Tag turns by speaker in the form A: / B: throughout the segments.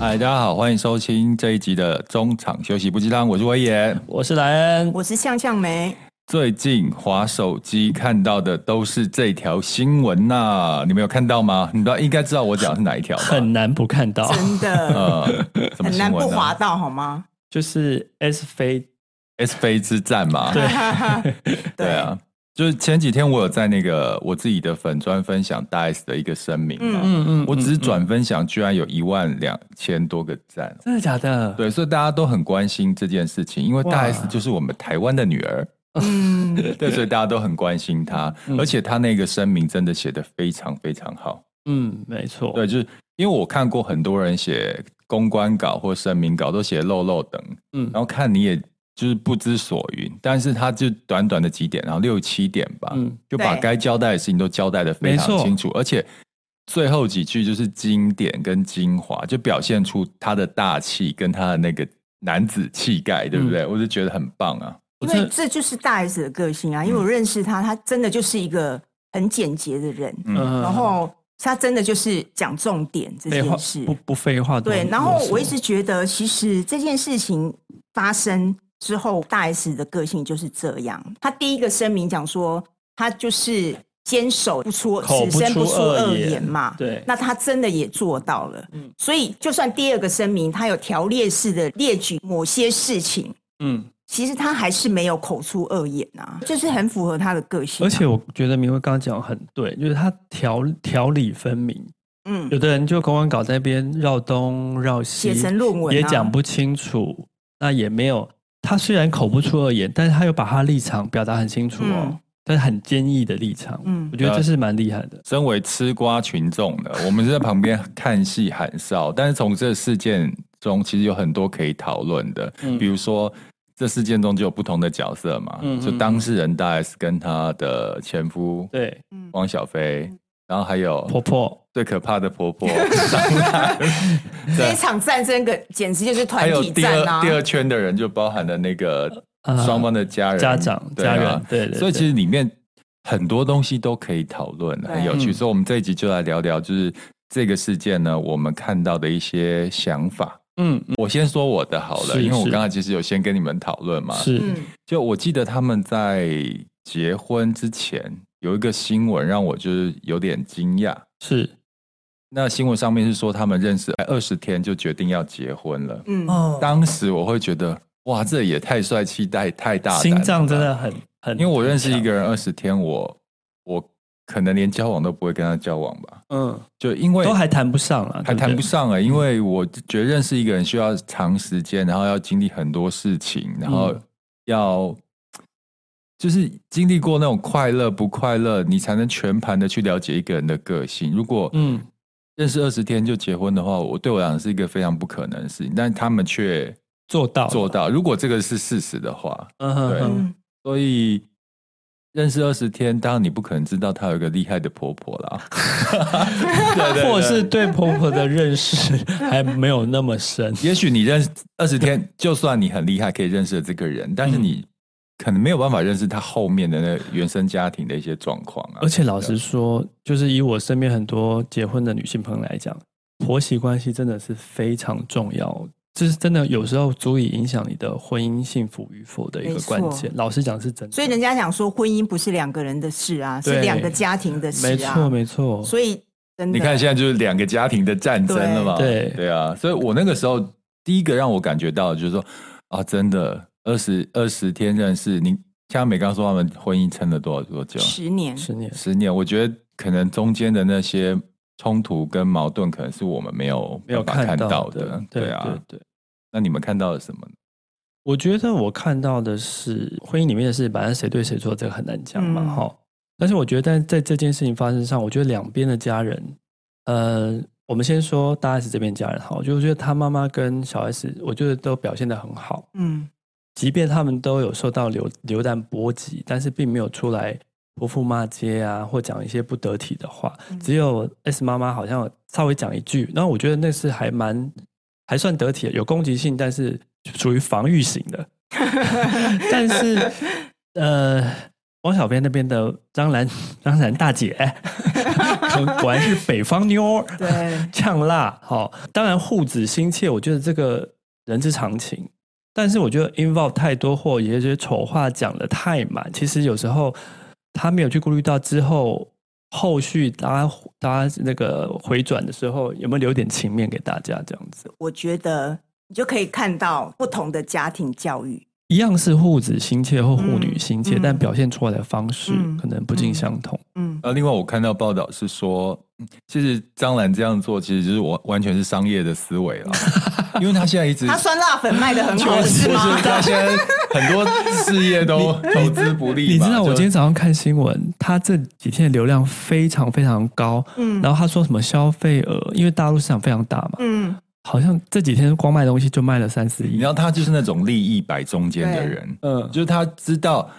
A: 嗨，大家好，欢迎收听这一集的中场休息不鸡汤，我是威爷。
B: 我是莱恩，
C: 我是向向梅，
A: 最近划手机看到的都是这条新闻呐、你们有看到吗？你们应该知道我讲的是哪一条吧？
B: 很难不看到，
C: 真的
B: 哦
A: 呃，什么
C: 很
A: 新
C: 难
A: 闻、
C: 不
A: 啊？
C: 滑到好吗？
B: 就是 S 飞
A: S 飞之战嘛，
B: 对
A: 对啊，就是前几天我有在那个我自己的粉专分享大 S 的一个声明嘛，
C: 嗯
B: 嗯
A: 我只是转分享，居然有一万两千多个赞。
B: 真的假的？
A: 对，所以大家都很关心这件事情，因为大
B: 哇
A: S 就是我们台湾的女儿，
C: 嗯，
A: 对，所以大家都很关心她，
B: 嗯
A: 而且她那个声明真的写的非常非常好。
B: 嗯，没错，
A: 对，就是因为我看过很多人写公关稿或声明稿都写漏漏等，
B: 嗯
A: 然后看你也就是不知所云，但是他就短短的几点，然后六七点吧，
B: 嗯
A: 就把
C: 对
A: 该交代的事情都交代的非
B: 没
A: 常
B: 错
A: 清楚，而且最后几句就是经典跟精华，就表现出他的大气跟他的那个男子气概，
B: 嗯
A: 对不对？我就觉得很棒啊。
B: 我
C: 因
B: 真的
C: 为
B: 嗯
C: 这就是大 S 的个性啊，因为我认识他，他真的就是一个很简洁的人，
A: 嗯，
C: 然后他真的就是讲重点这
B: 废哎话
C: 件事
B: 不，不废话多
C: 对。然后
B: 啰嗦
C: 我一直觉得，其实这件事情发生之后，大 S 的个性就是这样。他第一个声明讲说，他就是坚守不出
B: 口
C: 此
B: 不
C: 生
B: 出
C: 不出
B: 恶
C: 恶
B: 言
C: 言嘛，
B: 对
C: 那他真的也做到了。
B: 嗯
C: 所以就算第二个声明，他有条列式的列举某些事情，
B: 嗯，
C: 其实他还是没有口出恶言啊，就是很符合他的个性啊、
B: 而且我觉得明慧刚刚讲得很对，就是他条条理分明，
C: 嗯
B: 有，的人就公关稿在那边绕东绕西，
C: 写成论文、啊、
B: 也讲不清楚，那也没有。他虽然口不出恶言，但是他又把他的立场表达很清楚哦，
C: 嗯
B: 但是很坚毅的立场，
C: 嗯
B: 我觉得这是蛮厉害的。
A: 身为吃瓜群众的， 我们是在旁边看戏喊哨，但是从这事件中，其实有很多可以讨论的，
B: 嗯
A: 比如说。这事件中就有不同的角色嘛，
B: 嗯嗯
A: 就当事人大 S 跟她的前夫
B: 对，
C: 嗯
A: 汪小菲，然后还有
B: 婆婆，
A: 最可怕的婆 婆张兰，
C: 这
A: 对
C: 一，场战争可简直就是
A: 还
C: 团
A: 有
C: 体
A: 第
C: 战
A: 二
C: 啊！
A: 第二圈的人就包含了那个
B: 啊
A: 双方的家人、
B: 家长、
A: 对啊
B: 家人，对对对。
A: 所以其实里面很多东西都可以讨论，
C: 对
A: 很有趣。
B: 嗯
A: 所以我们这一集就来聊聊，就是这个事件呢，我们看到的一些想法。
B: 嗯嗯
A: 我先说我的好了，
B: 是
A: 因为我
B: 是
A: 刚才其实有先跟你们讨论嘛。
B: 是
C: 嗯
A: 就我记得他们在结婚之前有一个新闻让我就是有点惊讶。
B: 是
A: 那新闻上面是说他们认识二十天就决定要结婚了，
C: 嗯，
B: 哦
A: 当时我会觉得哇，这也太帅气、太太大胆了吧，
B: 心脏真的很很，
A: 因为我认识一个人二十天，我我可能连交往都不会跟他交往吧，
B: 嗯，
A: 就因为
B: 都还嗯谈不上了，
A: 还
B: 对
A: 谈
B: 对
A: 不。上哎、因为我觉得认识一个人需要长时间，然后要经历很多事情，然后
B: 嗯
A: 要就是经历过那种快乐不快乐，你才能全盘的去了解一个人的个性。如果
B: 嗯，
A: 认识二十天就结婚的话，我对我来讲是一个非常不可能的事情，但他们却
B: 做到了
A: 做，到。如果这个是事实的话，
B: 嗯哼
A: 对
B: 哼，
C: 嗯
A: 所以认识二十天，当然你不可能知道她有一个厉害的婆婆啦。对对对
B: 或者是对婆婆的认识还没有那么 深，
A: 也许你认识二十天，就算你很厉害，可以认识了这个人，但是
B: 嗯
A: 你可能没有办法认识她后面的那原生家庭的一些状况啊。
B: 而且老实说，就是以我身边很多结婚的女性朋友来讲，婆媳关系真的是非常重要，这是真的有时候足以影响你的婚姻幸福与否的一个
C: 没
B: 关
C: 错
B: 键。老实讲是真的，
C: 所以人家讲说，婚姻不是两个人的事啊，
B: 对
C: 是两个家庭的事啊。
B: 没错没错，
C: 所以真的，
A: 你看现在就是两个家庭的战争了嘛？
B: 对对
A: 对啊，所以我那个时候第一个让我感觉到的就是说啊，真的二十二十天认识你，像美刚说他们婚姻撑了多少多久？
C: 十年，
B: 十年
A: 十年，我觉得可能中间的那些冲突跟矛盾，可能是我们没有
B: 没有
A: 办法看
B: 到
A: 的。
B: 对
A: 啊
B: 对对。
A: 那你们看到了什么呢？
B: 我觉得我看到的是婚姻里面的事，反正谁对谁错，这个很难讲嘛，
C: 嗯
B: 哈、但是我觉得在在这件事情发生上，我觉得两边的家人，呃，我们先说大 S 这边家人好，我就觉得他妈妈跟小 S，我觉得都表现的很好，
C: 嗯
B: 即便他们都有受到流流弹波及，但是并没有出来泼妇骂街啊，或讲一些不得体的话。
C: 嗯
B: 只有 S 妈妈好像有稍微讲一句，然后我觉得那是还蛮还算得体的，有攻击性，但是属于防御型的。但是呃，汪小菲那边的张兰张兰大姐， 果然是北方妞儿，
C: 对，
B: 呛辣。好、当然护子心切，我觉得这个人之常情。但是我觉得 involve 太多或有一些丑话讲的太满，其实有时候他没有去顾虑到之后后续大家大家那个回转的时候有没有留点情面给大家这样子。
C: 我觉得你就可以看到不同的家庭教育。
B: 一样是护子心切或护女心切，
C: 嗯嗯
B: 但表现出来的方式
C: 嗯
B: 可能不尽相同。
C: 嗯，
A: 然后呃另外我看到报道是说，嗯其实张兰这样做其实就是完完全是商业的思维 了，因为他现在一直
C: 他酸辣粉卖的很好，
A: 确实
C: 是吗？
A: 他现在很多事业都投资不利嘛。
B: 你知道我
A: 就
B: 今天早上看新闻，他这几天的流量非常非常高，
C: 嗯
B: 然后他说什么消费额，因为大陆市场非常大嘛，
C: 嗯，
B: 好像这几天光卖东西就卖了三四
A: 你
B: 亿
A: 知。道他就是那种利益摆中间的
C: 对
A: 人，
B: 嗯，
A: 就是他知道。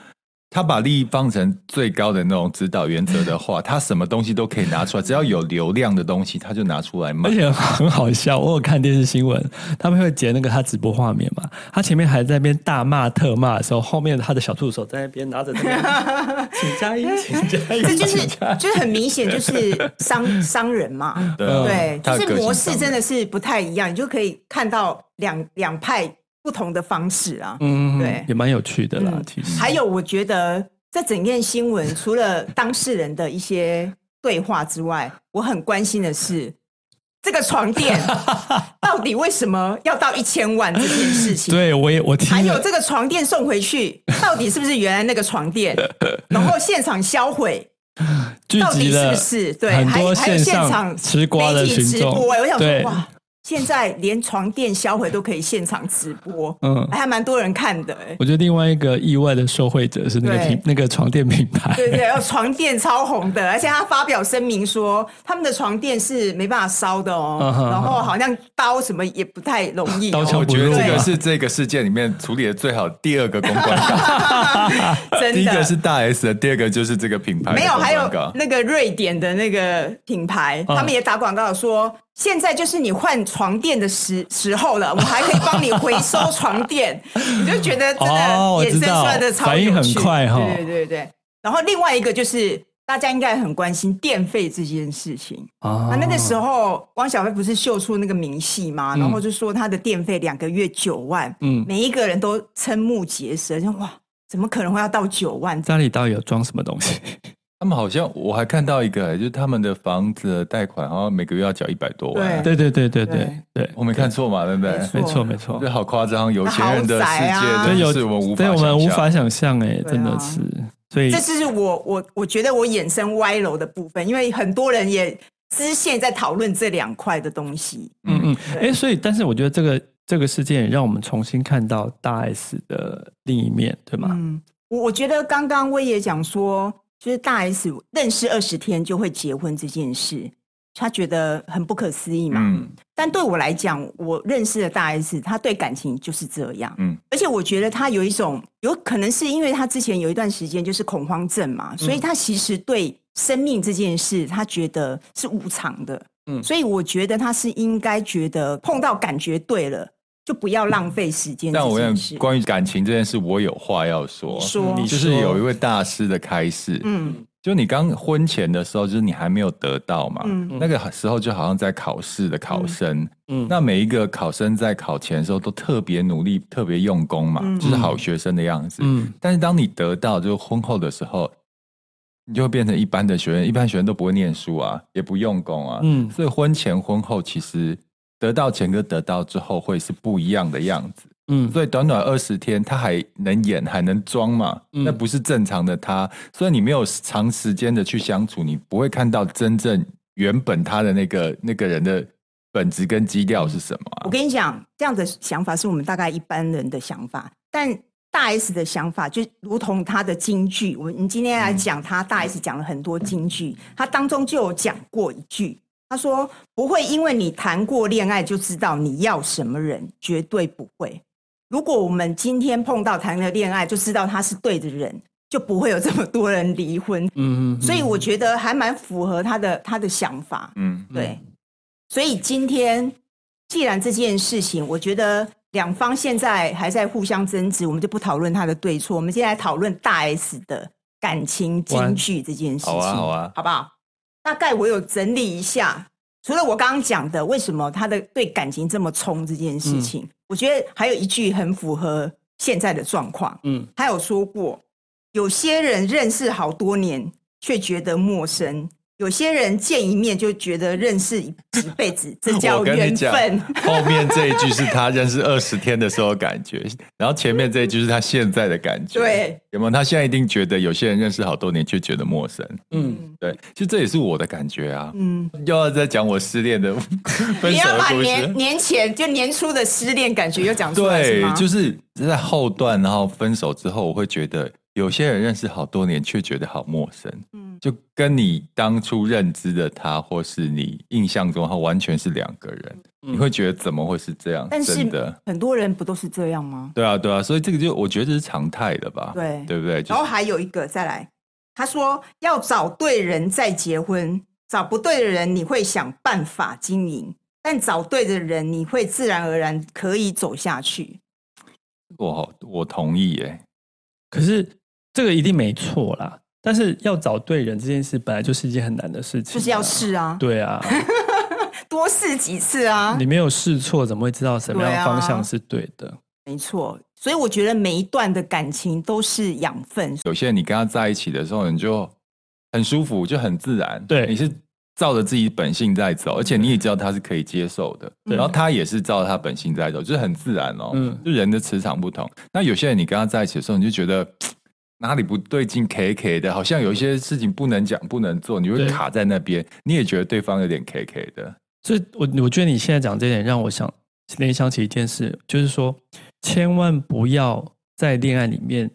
A: 他把利益放成最高的那种指导原则的话，他什么东西都可以拿出来，只要有流量的东西，他就拿出来卖
B: 而。且很好笑，我有看电视新闻，他们会截那个他直播画面嘛，他前面还在那边大骂特骂的时候，后面他的小助手在那边拿着那个 请加一，请加一，
C: 这就是
B: 请加一
C: 就是很明显就是商商人嘛，
A: 对啊
B: 嗯
C: 对，
A: 他
C: 就
A: 的
C: 是
A: 个性
C: 模
A: 上
C: 式
A: 面
C: 真的是不太一样，你就可以看到两两派不同的方式啊。
B: 嗯，
C: 对
B: 也蛮有趣的啦，
C: 嗯
B: 其实。
C: 还有，我觉得这整件新闻除了当事人的一些对话之外，我很关心的是这个床垫到底为什么要到一千万这件事情。
B: 对我也我听了
C: 还有这个床垫送回去，到底是不是原来那个床 垫？然后现场销毁，
B: 聚
C: 到
B: 集
C: 底是
B: 了
C: 不是？对，
B: 很
C: 还
B: 多
C: 还有现场
B: 上吃瓜的
C: 媒体
B: 群
C: 直
B: 众，
C: 播，我想说
B: 对，
C: 哇，现在连床垫销毁都可以现场直播，
B: 嗯
C: 哎还蛮多人看的、哎
B: 我觉得另外一个意外的受惠者是那个
C: 对
B: 品那个床垫品牌，
C: 对对，然后床垫超红的，而且他发表声明说，他们的床垫是没办法烧的哦，
B: 嗯哼
C: 然后好像刀什么也不太容易、哦，
B: 刀
A: 我
B: 枪不
A: 觉
B: 入
A: 得这个
B: 嘛
A: 是这个事件里面处理的最好第二个公 关稿，
C: 真的。
A: 第一个是大 S 的，第二个就是这个品牌的
C: 没有，
A: 公
C: 还有
A: 关稿
C: 那个瑞典的那个品牌，
B: 嗯
C: 他们也打广告说，现在就是你换床垫的时时候了，我们还可以帮你回收床 垫，你就觉得真的
B: 哦我
C: 衍
B: 知
C: 生出
B: 道
C: 来的超
B: 反应
C: 有
B: 很
C: 趣
B: 快哈
C: 对对对对。然后另外一个就是大家应该很关心电费这件事情，
B: 啊
C: 啊，那个时候汪小菲不是秀出那个明细嘛，然后就说他的电费两个月九万，
B: 嗯
C: 每一个人都瞠目结舌，就哇，怎么可能会要到九万？
B: 家里到底有装什么东西？
A: 他们好像我还看到一个，就是他们的房子的贷款好像每个月要缴一百多万，
C: 对
B: 对对对对对对，
A: 我没看错嘛，对不对
C: 没？错
B: 没错没错
A: 这，好夸张，有钱人的世
C: 那豪宅啊
A: 界，
B: 所以
A: 真
B: 有
A: 的是我们无法
B: 对
A: 想
B: 我
A: 象
B: 们无法想象哎，
C: 对啊
B: 真的是，所以
C: 这就是我我我觉得我衍生歪楼的部分，因为很多人也支线在讨论这两块的东西。
B: 嗯嗯，
C: 对
B: 哎，所以但是我觉得这个这个事件也让我们重新看到大 S 的另一面，对吗？
C: 嗯，我我觉得刚刚威爷讲说，就是大 S 认识二十天就会结婚这件事，他觉得很不可思议嘛。
A: 嗯
C: 但对我来讲，我认识的大 S，她对感情就是这样。
A: 嗯
C: 而且我觉得她有一种，有可能是因为她之前有一段时间就是恐慌症嘛，
A: 嗯
C: 所以她其实对生命这件事，她觉得是无常的。
B: 嗯
C: 嗯，所以我觉得她是应该觉得碰到感觉对了，就不要浪费时间
A: 但
C: 这
A: 我
C: 件
A: 想
C: 事。
A: 关于感情这件事，我有话要说，
C: 说
B: 你
A: 就是
B: 说
A: 有一位大师的开示，
C: 嗯
A: 就你刚婚前的时候，就是你还没有得到嘛，
C: 嗯
A: 那个时候就好像在考试的考生，
B: 嗯
A: 那每一个考生在考前的时候都特别努力、特别用功嘛，
C: 嗯
A: 就是好学生的样子。
B: 嗯
A: 但是当你得到就是婚后的时候，你就会变成一般的学生，一般学生都不会念书啊，也不用功啊。
B: 嗯
A: 所以婚前婚后其实得到前跟得到之后会是不一样的样子。
B: 嗯，
A: 所以短短二十天，他还能演还能装嘛？
B: 嗯
A: 那不是正常的他。所以你没有长时间的去相处，你不会看到真正原本他的那个那个人的本质跟基调是什么啊、
C: 我跟你讲，这样的想法是我们大概一般人的想法，但大 S 的想法就如同他的金句，我们今天来讲他大 S 讲了很多金句，他当中就有讲过一句，他说不会因为你谈过恋爱就知道你要什么人，绝对不会。如果我们今天碰到谈了恋爱就知道他是对的人，就不会有这么多人离婚。
B: 嗯嗯，
C: 所以我觉得还蛮符合他的他的想法。
A: 嗯，
C: 对，所以今天既然这件事情，我觉得两方现在还在互相争执，我们就不讨论他的对错，我们现在讨论大 S 的感情京剧这件事情，
A: 好啊好啊
C: 好不好？大概我有整理一下，除了我刚刚讲的为什么他的对感情这么冲这件
A: 嗯
C: 事情，我觉得还有一句很符合现在的状况，
B: 嗯，
C: 他有说过，有些人认识好多年却觉得陌生，有些人见一面就觉得认识一辈子， 这叫
A: 我跟
C: 缘
A: 你讲
C: 分。，
A: 后面这一句是他认识二十天的时候的感觉，然后前面这一句是他现在的感觉。
C: 对，
A: 有没有？他现在一定觉得有些人认识好多年却觉得陌生。
B: 嗯，
A: 对，其实这也是我的感觉啊。
C: 嗯，
A: 又要再讲我失恋的 分
C: 你
A: 手
C: 要
A: 的
C: 把
A: 故
C: 年
A: 事。
C: 年前就年初的失恋感觉又讲出来是
A: 对
C: 吗，？
A: 就是在后段，然后分手之后，我会觉得有些人认识好多年，却觉得好陌生。
C: 嗯
A: 就跟你当初认知的他，或是你印象中他，完全是两个人。
B: 嗯
A: 你会觉得怎么会是这样？
C: 但是
A: 真的，
C: 很多人不都是这样吗？
A: 对啊，对啊，所以这个就我觉得这是常态的吧，
C: 对
A: 对不对？就
C: 然后
A: 是
C: 还有一个再来，他说要找对人再结婚，找不对的人你会想办法经营，但找对的人你会自然而然可以走下去。
A: 我好我同意耶，
B: 可是这个一定没错啦。但是要找对人这件事本来就是一件很难的事情啊，
C: 就是要试啊，
B: 对 啊，
C: 多试几次啊
B: 你，没有试错，怎么会知道什么样的方向是对的？
C: 没错。所以我觉得每一段的感情都是养分，
A: 有些人你跟他在一起的时候，你就很舒服，就很自然，
B: 对嗯
A: 你是照着自己本性在走，而且你也知道他是可以接受的，
B: 对
A: 然后他也是照他本性在走，就是很自然哦。
B: 嗯
A: 就人的磁场不同，那有些人你跟他在一起的时候，你就觉得。嘖哪里不对劲，K K 的，好像有一些事情不能讲、不能做，你会
B: 对
A: 卡在那边，你也觉得对方有点 K K 的，
B: 所以我我觉得你现在讲这点，让我想联想起一件事，就是说，千万不要在恋爱里面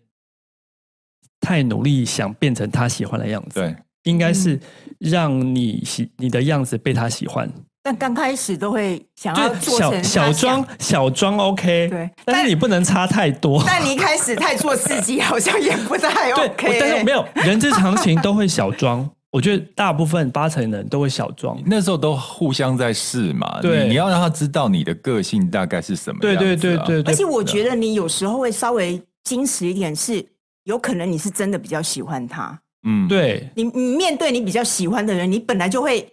B: 太努力想变成他喜欢的样子，
A: 对，
B: 应该
C: 嗯
B: 是让你喜你的样子被他喜欢，
C: 但刚开始都会想要
B: 就
C: 做成
B: 小小
C: 他想
B: 装小装 OK，
C: 对
B: 但
C: 但
B: 是你不能差太多。
C: 但你一开始太做 自己，好像也不太
B: 对，
C: OK。
B: 我但是没有人之常情都会小装，我觉得大部分八成人都会小装。
A: 那时候都互相在试嘛，
B: 对
A: 你你要让他知道你的个性大概是什么
B: 对
A: 样子、啊。
B: 对对对
C: 而
B: 对
C: 且，我觉得你有时候会稍微矜持一点是，有可能你是真的比较喜欢他。
A: 嗯，
B: 对
C: 你你面对你比较喜欢的人，你本来就会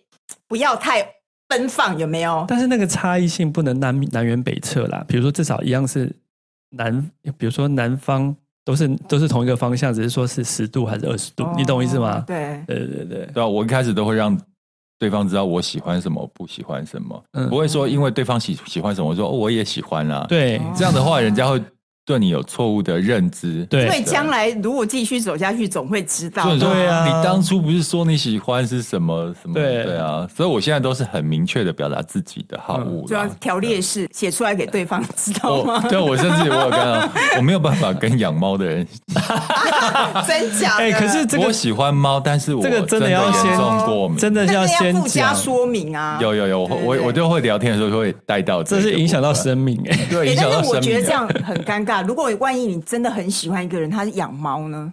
C: 不要太奔放，有没有？
B: 但是那个差异性不能南南辕北辙啦。比如说，至少一样是南，比如说南方都是都是同一个方向，只是说是十度还是二十度，你懂我意思
C: 哦
B: 吗？
C: 对，
B: 对对对，
A: 对啊，我一开始都会让对方知道我喜欢什么，不喜欢什么，
B: 嗯
A: 不会说因为对方喜喜欢什么，我说、哦、我也喜欢啊。，
B: 对
C: 哦
A: 这样的话，人家会对你有错误的认知。
B: 对
C: 因为将来如果继续走下去，总会知道
A: 所以
C: 的。
A: 你说
B: 对啊
A: 你当初不是说你喜欢是什么什么？
B: 对
A: 对啊，所以我现在都是很明确的表达自己的
B: 嗯
A: 好恶、啦。
C: 就要条列式写出来给对方知道
A: 我
C: 吗？
A: 对我甚至我有看到，我没有办法跟养猫的人
C: 真假的？
B: 哎可 是这个
A: 我喜欢猫，但是我
B: 这个真的要
A: 严
B: 先
A: 重过敏，
B: 真的
C: 那
B: 要
C: 那
B: 先
C: 要附加
B: 讲，
C: 说明啊。
A: 有有有，我
C: 对对
A: 我我就会聊天的时候就会带到
B: 这
A: 个
B: 是影响到生命哎、。
A: 部分，对，
C: 哎
A: 影响到
C: 但是我
A: 生
C: 觉
A: 命
C: 得
A: 啊。
C: 这样很尴尬。如果万一你真的很喜欢一个人，他是养猫呢？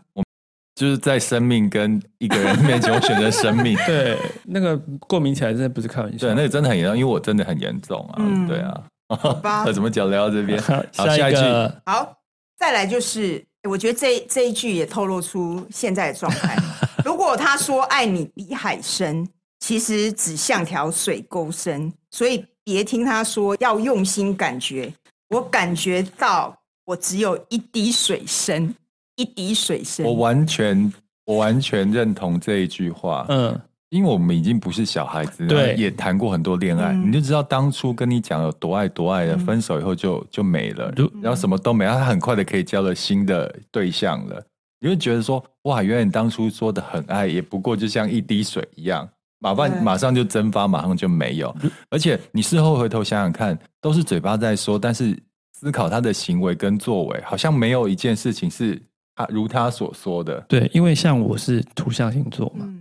A: 就是在生命跟一个人面前，我选择生 命
B: 对，那个过敏起来真的不是开玩笑。
A: 对，那个真的很严重，因为我真的很严重啊。
C: 嗯
A: 对啊，
C: 吧
A: 怎么讲聊到这 边？
B: 好
A: 好，下
B: 一
A: 一句，
B: 个，
C: 好，再来就是，诶我觉得这这一句也透露出现在的状态。如果他说爱你比海深，其实只像条水沟深，所以别听他说要用心感觉。我感觉到我只有一滴水深，一滴水深。
A: 我完全我完全认同这一句话，
B: 嗯，
A: 因为我们已经不是小孩子，
B: 对
A: 然后也谈过很多恋爱，
C: 嗯
A: 你就知道当初跟你讲有多爱多爱的，
C: 嗯
A: 分手以后就就没了
B: 如，
A: 然后什么都没了，他很快的可以交了新的对象了，你会觉得说，哇，原来你当初说的很爱，也不过就像一滴水一样，马
C: 对
A: 上马上就蒸发，马上就没有，而且你事后回头想想看，都是嘴巴在说，但是思考他的行为跟作为，好像没有一件事情是他如他所说的。
B: 对，因为像我是土象星座嘛，
C: 嗯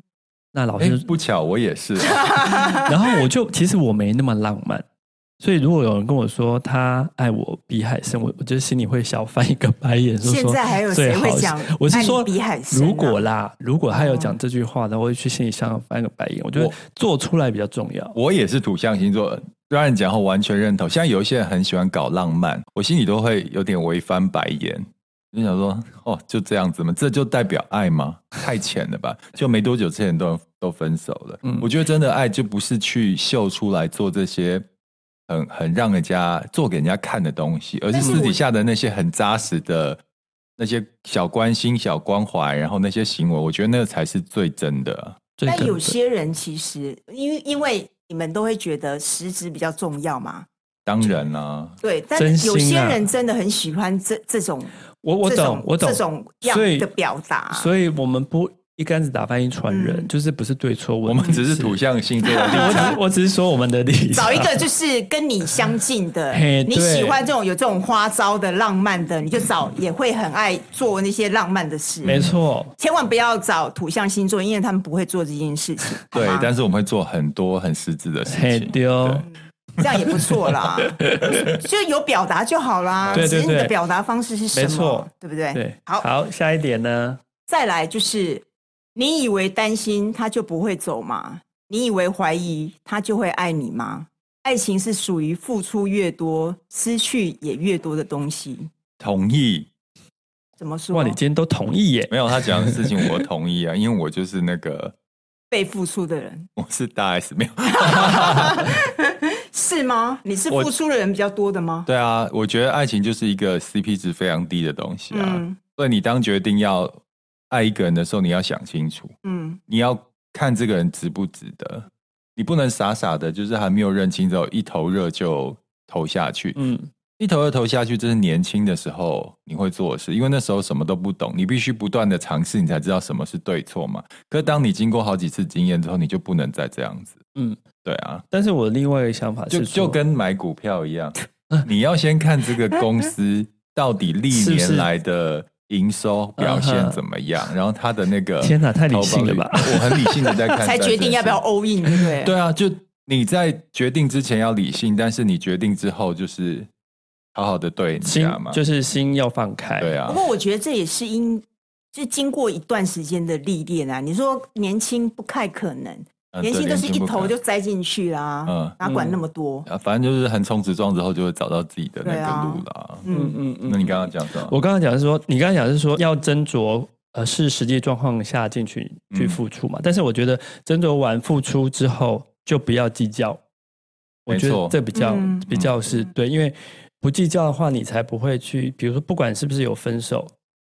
B: 那老
A: 哎、
B: 师
A: 不巧我也是啊、
B: 然后我就其实我没那么浪漫，所以如果有人跟我说他爱我比海深，我我就心里会小翻一个白眼，说
C: 现
B: 说
C: 在还有
B: 最
C: 谁会
B: 好是
C: 讲
B: 我是
C: 爱你
B: 说
C: 比海深啊
B: 如果啦，如果他有讲这句话，那我会去心里想翻个白眼。我觉得
A: 我
B: 做出来比较重要。
A: 我也是土象星座，让人讲后完全认同。现在有一些人很喜欢搞浪漫，我心里都会有点微翻白眼。就想说，哦，就这样子嘛，这就代表爱吗？太浅了吧！就没多久之前都都分手了。
B: 嗯
A: 我觉得真的爱就不是去秀出来做这些很很让人家做给人家看的东西，而是
C: 但是
A: 私底
C: 我
A: 下的那些很扎实的那些小关心、小关怀，然后那些行为，我觉得那个才是最真的啊。
B: 最
C: 但
B: 根
C: 有
B: 本
C: 些人其实，因为因为你们都会觉得实质比较重要嘛，
A: 当然啦、
C: 对。但
B: 真
C: 有
B: 心
C: 些
B: 啊
C: 人真的很喜欢这这种，
B: 我我
C: 这
B: 懂
C: 种
B: 我懂
C: 这种样
B: 所以
C: 的表达，
B: 所以我们不一竿子打翻一船人，
C: 嗯
B: 就是不是对错问题，
A: 我们只是土象星座的例
B: 对。我只我只是说我们的立场，
C: 找一个就是跟你相近的
B: 嘿，
C: 你
B: 对
C: 喜欢这种有这种花招的、浪漫的，你就找也会很爱做那些浪漫的事。
B: 没错，
C: 千万不要找土象星座，因为他们不会做这件事情。
A: 对
C: 好吗，
A: 但是我们会做很多很实质的事
B: 嘿
A: 情。
B: 丢，
C: 这样也不错啦，就有表达就好啦。
B: 对对
C: 只是你的
B: 对
C: 表达方式是什
B: 没
C: 么
B: 错，
C: 对不对？
B: 对，
C: 好，
B: 下一点呢？
C: 再来就是，你以为担心他就不会走吗？你以为怀疑他就会爱你吗？爱情是属于付出越多，失去也越多的东西。
A: 同意
C: 怎么
A: 啊
C: 说？
B: 哇，你今天都同意耶，
A: 没有他讲的事情，我同意啊， 因为我就是那个
C: 被付出的人
A: 我是大 S 没有。
C: 是吗？你是
A: 我
C: 付出的人比较多的吗？
A: 对啊，我觉得爱情就是一个 CP 值非常低的东西啊。
C: 嗯
A: 所以你当决定要爱一个人的时候，你要想清楚，
C: 嗯，
A: 你要看这个人值不值得，你不能傻傻的，就是还没有认清之后一头热就投下去。
B: 嗯，
A: 一头热投下去，这是年轻的时候你会做的事，因为那时候什么都不懂，你必须不断的尝试，你才知道什么是对错嘛。可是当你经过好几次经验之后，你就不能再这样子。
B: 嗯，
A: 对啊，
B: 但是我另外一个想法
A: 就是就
B: 说
A: 跟买股票一 样，你要先看这个公司到底历
B: 是不是
A: 年来的营收表
B: 嗯
A: 现
B: 哼
A: 怎么 样，然后它的那个
B: 天哪太理性了吧
A: 投报率我很理性的在 看，
C: 才决定要不要。all in，对不对？
A: 对啊，就你在决定之前要理性，但是你决定之后就是好好的对人
B: 心
A: 家嘛，
B: 就是心要放开，
A: 对
C: 不
A: 啊，
C: 过我觉得这也是因，就经过一段时间的历练啊。你说年轻不太可能，
A: 嗯
C: 年轻都是一头。
A: 对
C: 就栽进去啦，
A: 嗯
C: 哪管那么多？
A: 啊，反正就是横冲直撞之后，就会找到自己的那
C: 对
A: 个
C: 啊
A: 路啦。
B: 嗯
C: 嗯，
B: 嗯嗯
A: 那你刚刚讲什么？
B: 我刚刚讲的是说，你刚刚讲的是说要斟酌，呃，是实际状况下进去去
A: 嗯
B: 付出嘛？但是我觉得斟酌完付出之后，就不要计较。我
A: 没
B: 觉得
A: 错
B: 这比较、
C: 嗯
B: 比较是对，因为不计较的话，你才不会去，比如说不管是不是有分手，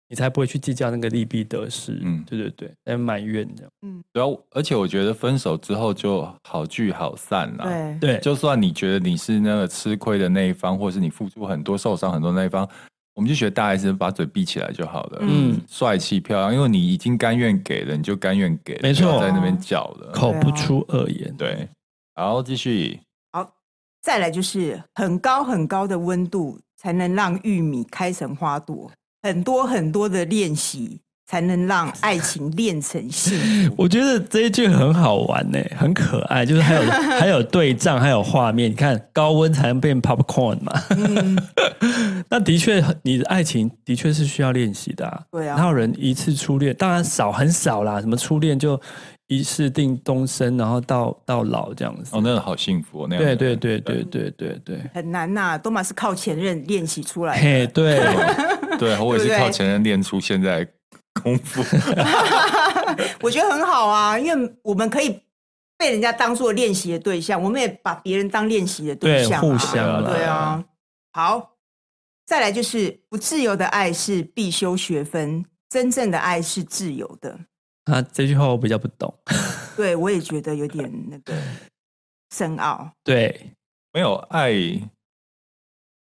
B: 你才不会去计较那个利弊得失。嗯
A: 嗯，
B: 对对对，来埋怨这样。
A: 主要，而且我觉得分手之后就好聚好散啦。
C: 嗯对，
B: 对，
A: 就算你觉得你是那个吃亏的那一方，或是你付出很多、受伤很多那一方，我们就学大 S 把嘴闭起来就好了，
B: 嗯，
A: 帅气漂亮，因为你已经甘愿给了，你就甘愿给了，
B: 没错
A: 不要在那边叫了，
B: 口不出恶言。
A: 对。好，继续，
C: 再来就是很高很高的温度，才能让玉米开成花朵；很多很多的练习，才能让爱情练成幸福。
B: 我觉得这一句很好玩呢、很可爱，就是还有 还有对仗，还有画面。你看，高温才能变 popcorn 嘛。
C: 嗯
B: 那的确，你的爱情的确是需要练习的、啊。
C: 对啊
B: 哪有人一次初恋？当然少，很少啦。什么初恋就一世定终身，然后到到老这样子。
A: 哦，那个好幸福、哦，那样
B: 对
A: 的
B: 对对对对对对，
C: 很难呐、都嘛是靠前任练习出来的。
B: 嘿，对，
A: 对，我也是
C: 对不对
A: 靠前任练出现在功夫，
C: 我觉得很好啊，因为我们可以被人家当做练习的对象，我们也把别人当练习的对象、啊，
B: 对互相
A: 啦
C: 对啊。好，再来就是不自由的爱是必修学分，真正的爱是自由的。
B: 啊，这句话我比较不懂。
C: 对我也觉得有点那个深奥，
B: 对，
A: 没有爱，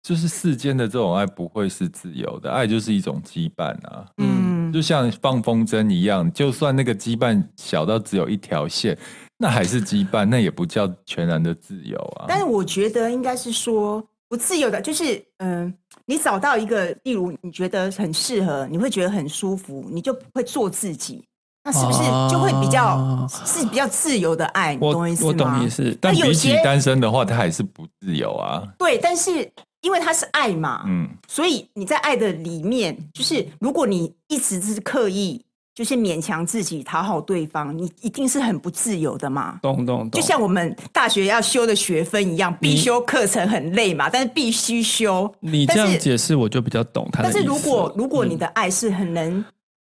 A: 就是世间的这种爱不会是自由的，爱就是一种羁绊啊。
B: 嗯
C: 嗯，
A: 就像放风筝一样，就算那个羁绊小到只有一条线，那还是羁绊，那也不叫全然的自由啊。
C: 但是我觉得应该是说不自由的，就是嗯、你找到一个，例如你觉得很适合，你会觉得很舒服，你就会做自己，那是不是就会比较、
B: 哦
C: 是比较自由的爱？你
B: 啊我
C: 懂意思吗？
B: 我懂意思，
A: 但
C: 有
A: 比起
C: 些
A: 单身的话，他还是不自由啊。
C: 对，但是因为它是爱嘛，
A: 嗯，
C: 所以你在爱的里面，就是如果你一直是刻意。就是勉强自己讨好对方，你一定是很不自由的嘛。
B: 懂懂懂，
C: 就像我们大学要修的学分一样，必修课程很累嘛，但是必须修。
B: 你这
C: 但
B: 样
C: 是
B: 解释，我就比较懂他的
C: 但
B: 意思
C: 是
B: 了。
C: 如果如果你的爱是很能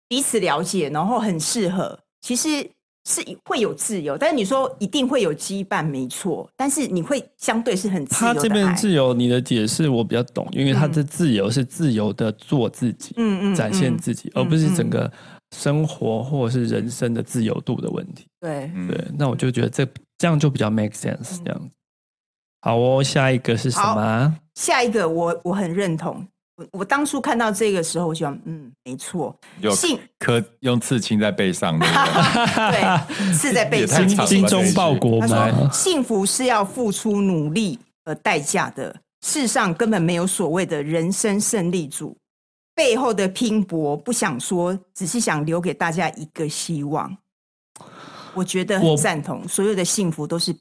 C: 彼此了解，然后很适合，其实是会有自由。但是你说一定会有羁绊，没错，但是你会相对是很自
B: 他
C: 由
B: 这
C: 的
B: 边
C: 爱。
B: 自由，你的解释我比较懂，因为他
C: 嗯
B: 的自由是自由的做自己，
C: 嗯嗯
B: 展现自己，
C: 嗯
B: 而不是
C: 嗯
B: 整个生活或者是人生的自由度的问题。
C: 对，
A: 嗯
B: 对，那我就觉得这这样就比较 make sense
C: 嗯
B: 这样子。好哦，下一个是什么啊？
C: 下一个我我很认同。我我当初看到这个时候，我就想，嗯，没错，
A: 有
C: 性
A: 刻用刺青在背上，对不对？
C: 对是 在被
A: 也太
C: 刺
A: 长
C: 激
A: 了
B: 精忠报国
C: 他
B: 吗
A: 啊
C: 说：“？幸福是要付出努力和代价的，世上根本没有所谓的人生胜利组，背后的拼搏不想说，只是想留给大家一个希望。”我觉得
B: 我
C: 很赞同，所有的幸福都是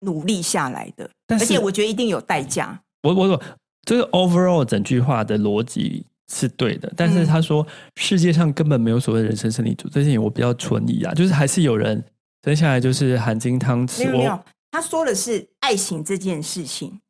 C: 努力下来的，
B: 但
C: 而
B: 是
C: 且我觉得一定有代价。
B: 我我我这个 overall 整句话的逻辑是对的，但是
C: 嗯
B: 他说、世界上根本没有所谓的人生胜利组，这件我比较存疑啊，就是还是有人生下来就是含金汤
C: 没
B: 匙。
C: 有没有
B: 我，
C: 他说的是爱情这件事情，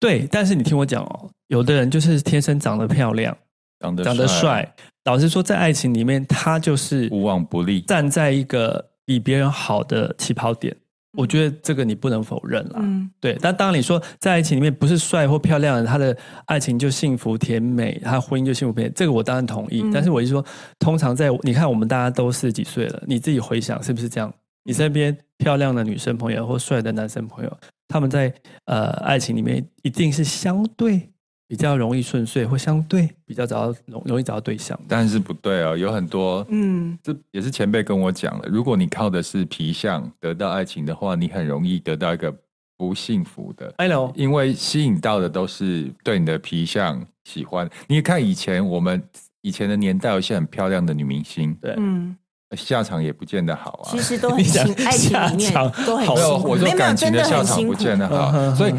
B: 对，但是你听我讲哦，有的人就是天生长得漂亮，
A: 长得
B: 长得，帅，老实说，在爱情里面他就是
A: 无往不利。
B: 站在一个比别人好的起跑点，我觉得这个你不能否认啦。
C: 嗯，
B: 对，但当然你说在爱情里面不是帅或漂亮的，他的爱情就幸福甜美，他婚姻就幸福甜美，这个我当然同意。
C: 嗯
B: 但是我是说，通常在你看我们大家都四十几岁了，你自己回想是不是这样？你身边漂亮的女生朋友或帅的男生朋友，他们在呃爱情里面一定是相对比较容易顺遂，或相对比较找到容容易找到对象的。
A: 但是不对哦，有很多，
C: 嗯，
A: 这也是前辈跟我讲了。如果你靠的是皮相得到爱情的话，你很容易得到一个不幸福的，
B: I know，
A: 因为吸引到的都是对你的皮相喜欢。你看以前我们以前的年代，有一些很漂亮的女明星，
B: 对
C: 嗯，
A: 下场也不见得好啊
C: 其。实都
B: 你
C: 很
B: 讲
C: 辛，爱情里面
B: 下场
C: 都很
B: 好
A: 没有，
C: 辛苦，
A: 我说
C: 没有没有
A: 感情
C: 真的
A: 下
C: 很
A: 场
C: 辛
A: 不
C: 苦。
A: 见得
B: 嗯哼
A: 好，
B: 哼
A: 所以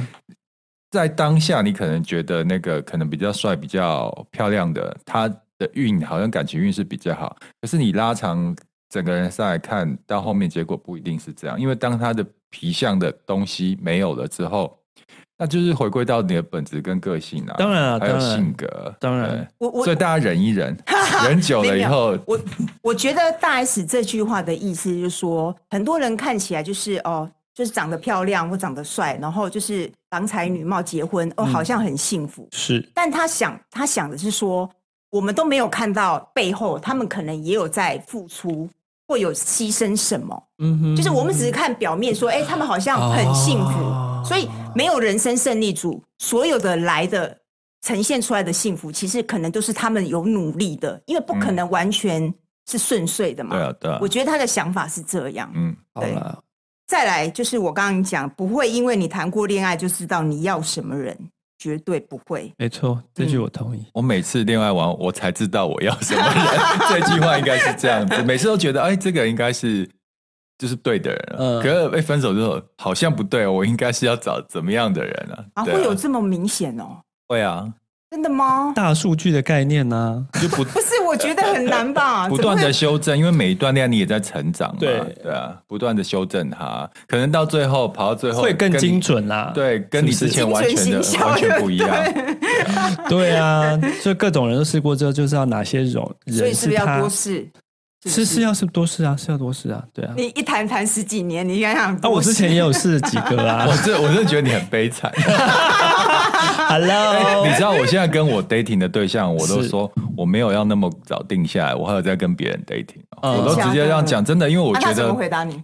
A: 在当下你可能觉得那个可能比较帅、比较漂亮的，他的运好像感情运是比较好，可是你拉长整个人上来看，到后面结果不一定是这样，因为当他的皮相的东西没有了之后，那就是回归到你的本质跟个性啊，
B: 当然啊
A: 还有
B: 当然
A: 性格，
B: 当然
A: 对
C: 我我
A: 所以大家忍一忍，忍久了以后，
C: 我我觉得大 S 这句话的意思就是说，很多人看起来就是哦，就是长得漂亮或长得帅，然后就是郎才女貌结婚，哦，
B: 嗯
C: 好像很幸福。
B: 是
C: 但他想，他想的是说，我们都没有看到背后，他们可能也有在付出。或有牺牲什么？
B: 嗯哼
C: 就是我们只是看表面说，哎、他们好像很幸福，
B: 哦
C: 所以没有人生胜利组，所有的来的呈现出来的幸福，其实可能都是他们有努力的，因为不可能完全是顺遂的嘛。
A: 对啊，对啊
C: 我，觉得他的想法是这样。
A: 嗯，
B: 好
C: 对
B: 了，
C: 再来就是我刚刚讲，不会因为你谈过恋爱就知道你要什么人，绝对不会。
B: 没错，这
C: 嗯
B: 句我同意。
A: 我每次恋爱完，我才知道我要什么人。 这句话应该是这样子，每次都觉得，哎，这个应该是就是对的人了。啊
B: 嗯
A: 可是被哎分手之后，好像不对哦，我应该是要找怎么样的人啊？
C: 啊，
A: 对
C: 会有这么明显哦？
A: 会啊，
C: 真的 吗？
B: 大数据的概念啊呢、
A: 就 不
C: 不是，我觉得很难吧？
A: 不
C: 怎啊
A: 断
C: 么会
A: 的修正，因为每一段恋爱你也在成长嘛，
B: 对
A: 对啊，不断的修正它，可能到最后跑到最后
B: 会更
A: 跟你
B: 精，准啊啦。
A: 对，跟你之
B: 是不是
A: 前完全
C: 精
A: 的
C: 准行销
A: 完全不一样。
B: 对啊， 就各种人都试过之后，就知道哪些种
C: 所以
B: 人
C: 是不是要
B: 他
C: 多，试？不
B: 是是要是多试啊，是要多试啊，对啊。
C: 你一谈谈十几年，你想想
B: 啊，我之前也有试几个 啊
A: 我这我真的觉得你很悲惨。
B: ，Hello，
A: 你知道我现在跟我 dating 的对象，我都
B: 哦是
A: 说我没有要那么早定下来，我还有在跟别人 dating，、哦
B: 嗯
A: 我都直接这样讲，真的，因为我
C: 那
A: 觉
C: 啊他怎
A: 得、
C: 么回答你？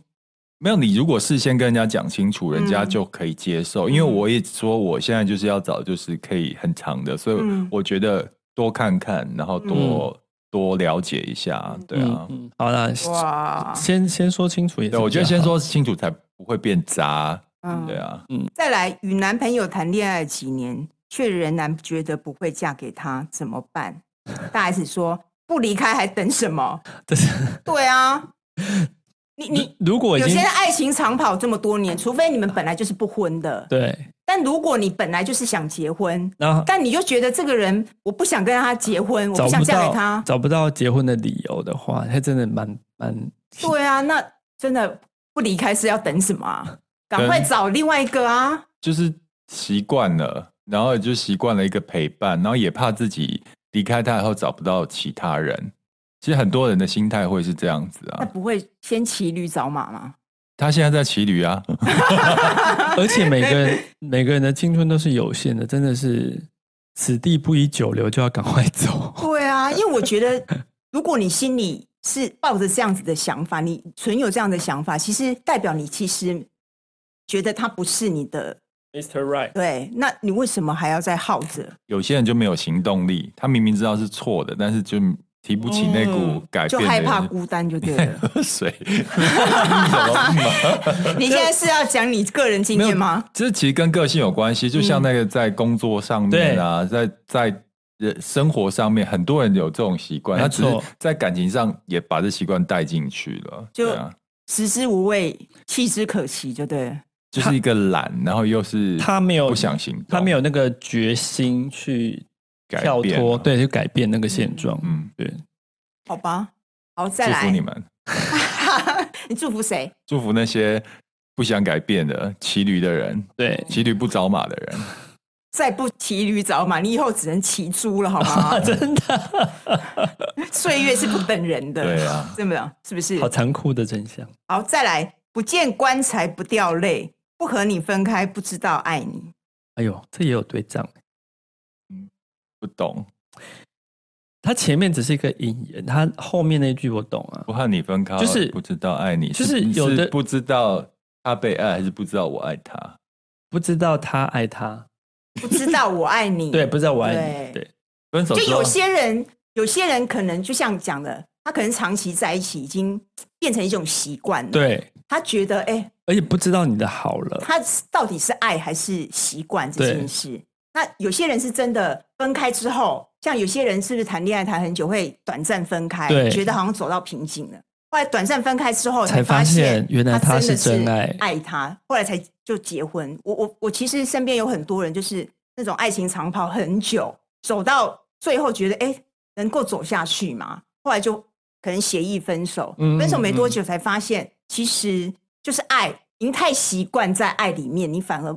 A: 没有你，如果事先跟人家讲清楚，人家
C: 嗯
A: 就可以接受。因为我也说我现在就是要找就是可以很长的，所以
C: 嗯
A: 我觉得多看看，然后多、多了解一下，对啊，
B: 嗯，嗯好啦，
C: 哇，
B: 先先说清楚也是比
A: 对，
B: 较好。
A: 我觉得先说清楚才不会变渣，
C: 嗯
A: 对啊，
C: 再来，与男朋友谈恋爱几年，却仍然觉得不会嫁给他，怎么办？大 S 说：“不离开还等什么
B: 这是，？”
C: 对啊，你你
B: 如如果已
C: 有些
B: 经
C: 人爱情长跑这么多年，除非你们本来就是不婚的，
B: 对
C: 但如果你本来就是想结婚，
B: 然后
C: 但你就觉得这个人我不想跟他结婚，我
B: 找
C: 不
B: 不
C: 想嫁给
B: 到
C: 他，
B: 找不到结婚的理由的话，他真的蛮蛮
C: 对啊，那真的不离开是要等什么啊？赶
A: 等
C: 快找另外一个啊！
A: 就是习惯了，然后也就习惯了一个陪伴，然后也怕自己离开他以后找不到其他人。其实很多人的心态会是这样子
C: 那
A: 啊，
C: 不会先骑驴找马吗？
A: 他现在在骑驴啊，
B: 而且每个人每个人的青春都是有限的，真的是此地不宜久留，就要赶快走。
C: 对啊，因为我觉得，如果你心里是抱着这样子的想法，你存有这样的想法，其实代表你其实觉得他不是你的。
B: Mr. Right，
C: 对，那你为什么还要再耗着？
A: 有些人就没有行动力，他明明知道是错的，但是就提不起那股
B: 嗯
A: 改
C: 哦就
A: 变的、
C: 害怕孤单就对了。
A: 喝水，怎么
C: 你现在是要讲你个人经
A: 没有
C: 验吗？？
A: 这其实跟个性有关系，就
C: 嗯
A: 像那个在工作上面啊，在在呃生活上面，很多人有这种习惯，
B: 没
A: 他只是
B: 错
A: 在感情上也把这习惯带进去了，
C: 就
A: 对啊，
C: 食之无味，弃之可惜，就对了。
A: 就是一个懒，然后又是
B: 他没有
A: 不想行动，
B: 他没有那个决心去
A: 改
B: 跳
A: 变
B: 脱，
A: 啊，
B: 对，去改变那个现状。
A: 嗯，
B: 对，
C: 好吧，好，再
A: 祝福
C: 来。
A: 你们，
C: 你祝福谁？
A: 祝福那些不想改变的骑驴的人，
B: 对，
A: 骑驴不找马的人。
C: 再不骑驴找马，你以后只能骑猪了，好吗？
A: 啊
B: 真的，
C: 岁月是不等人的，
A: 对啊，
C: 真的是不是
B: 好？残酷的真相。
C: 好，再来，不见棺材不掉泪，不和你分开不知道爱你。
B: 哎呦，这也有对仗。
A: 不懂，
B: 他前面只是一个引言，他后面那句我懂啊
A: 不。和你分开，
B: 就是
A: 不知道爱你，
B: 就是有的
A: 不知道他被爱，还是不知道我爱他。
B: 不知道他爱他，
C: 不知道我爱 你。
B: 对，不知道我爱你，
C: 对
B: 对，
A: 分手
C: 就
A: 之后
C: 有些人，有些人可能就像讲的，他可能长期在一起，已经变成一种习惯了。，
B: 对，
C: 他觉得，哎、
B: 而且不知道你的好了，
C: 他到底是爱还是习惯这件事？那有些人是真的分开之后，像有些人是不是谈恋爱谈很久会短暂分开
B: 对，
C: 觉得好像走到瓶颈了。后来短暂分开之后，
B: 才发
C: 发
B: 现
C: 现
B: 原来他
C: 他
B: 是
C: 真的
B: 真爱
C: 爱他，后来才就结婚。我我我其实身边有很多人就是那种爱情长跑很久，走到最后觉得哎、诶能够走下去吗？后来就可能协议分手，
B: 嗯
C: 分手没
B: 嗯嗯
C: 多久才发现，其实就是爱，您太习惯在爱里面，你反而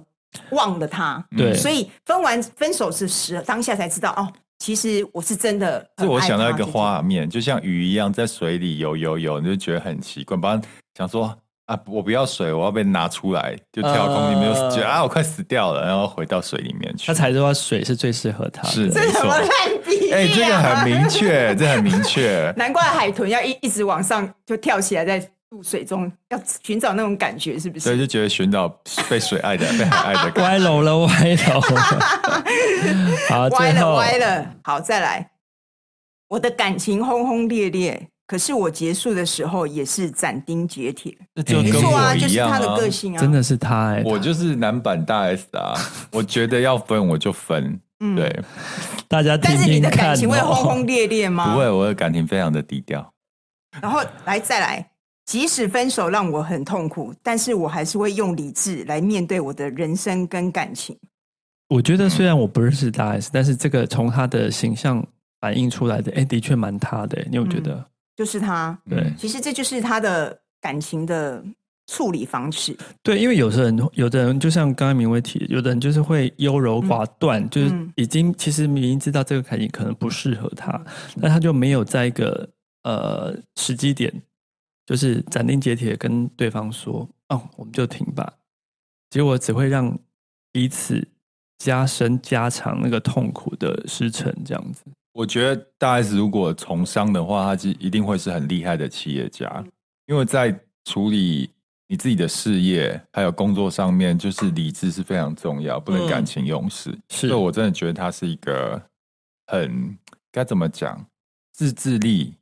C: 忘了他。
A: 嗯
B: 对
C: 所以分完分手之时，当下才知道哦，其实我是真的很
A: 这我
C: 爱
A: 想到一
C: 他
A: 个
C: 这件
A: 画面，就像鱼一样在水里游游游，你就觉得很奇怪，不然想说啊，我不要水，我要被拿出来，就跳到空里面，就
B: 呃
A: 觉得啊，我快死掉了，然后回到水里面去。
B: 他才知道水是最适合他的。
A: 是没
C: 这什
A: 错
C: 么，烂比喻、啊？，
A: 哎，这个很明确，这很明确
C: 难怪海豚要一一直往上就跳起来，在入水中要寻找那种感觉，是不
A: 所以
C: 是？
A: 就觉得寻找被水爱的、被海爱的感觉。
B: 歪楼了，歪楼 了。好，
C: 歪
B: 啊最
C: 了
B: 后
C: 歪了，好，再来。我的感情轰轰烈烈，可是我结束的时候也是斩钉截铁。
A: 这就
B: 没
A: 跟
C: 没
B: 错
C: 错啊，
A: 我
C: 就
A: 一
C: 是
A: 样
C: 他
A: 啊，
C: 的个性啊，
B: 真的是他哎、
A: 我就是男版大 S 啊，我觉得要分我就分，
C: 嗯
A: 对，
B: 大家听
C: 但是你
B: 听
C: 的
B: 看、哦。
C: 感情会轰轰烈烈吗？
A: 不会，。我的感情非常的低调。
C: 然后来再来，即使分手让我很痛苦，但是我还是会用理智来面对我的人生跟感情。
B: 我觉得虽然我不认识大 S，但是这个从他的形象反映出来的，哎、的确蛮他的、你有觉得？
C: 就是他，
B: 对
A: 嗯
C: 其实这就是他的感情的处理方式。
B: 对，因为有的人，有的人就像刚才明威提，有的人就是会优柔寡断，就是已经其实明明知道这个感情可能不适合他，但他就没有在一个呃时机点，就是斩钉截铁跟对方说，哦，我们就停吧，结果只会让彼此加深加长那个痛苦的时辰，这样子。
A: 我觉得大 S 如果从商的话，他是一定会是很厉害的企业
B: 嗯
A: 家，因为在处理你自己的事业还有工作上面，就是理智是非常重要，不能
B: 嗯
A: 感情用事。
B: 是
A: 所以我真的觉得他是一个很该怎么讲，自制力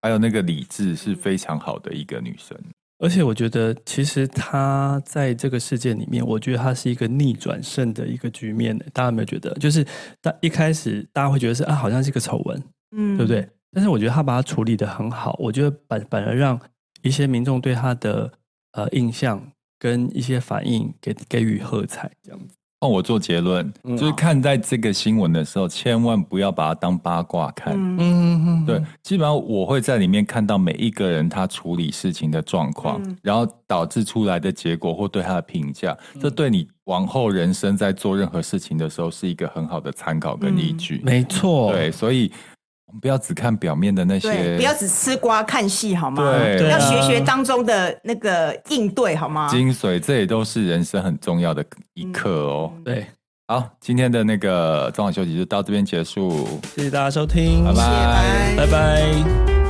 A: 还有那个理智是非常好的一个女生。
B: 而且我觉得，其实他在这个事件里面，我觉得他是一个逆转胜的一个局面的。大家有没有觉得？就是大一开始大家会觉得是啊，好像是个丑闻，
C: 嗯，
B: 对不对？？但是我觉得他把它处理的很好，我觉得反反而让一些民众对他的呃印象跟一些反应给给予喝彩，这样子。
A: 换我做结论，
B: 嗯
A: 就是看待这个新闻的时候，千万不要把它当八卦看。
C: 嗯
B: 嗯，
A: 对，基本上我会在里面看到每一个人他处理事情的状况，
C: 嗯
A: 然后导致出来的结果或对他的评价，这对你往后人生在做任何事情的时候是一个很好的参考跟依
C: 嗯
A: 据。
B: 没错，
A: 对，所以我们不要只看表面的那
C: 对，
A: 些
C: 不，要只吃瓜看戏好吗？
A: 对
B: 对啊
C: 要学学当中的那个应对好吗？
A: 精髓，这也都是人生很重要的一
C: 嗯
A: 课哦。
B: 对，
A: 好，今天的那个中场休息就到这边结束，
B: 谢谢大家收听，
A: 拜
C: 谢谢
A: 拜。
B: 拜
C: 拜
B: 拜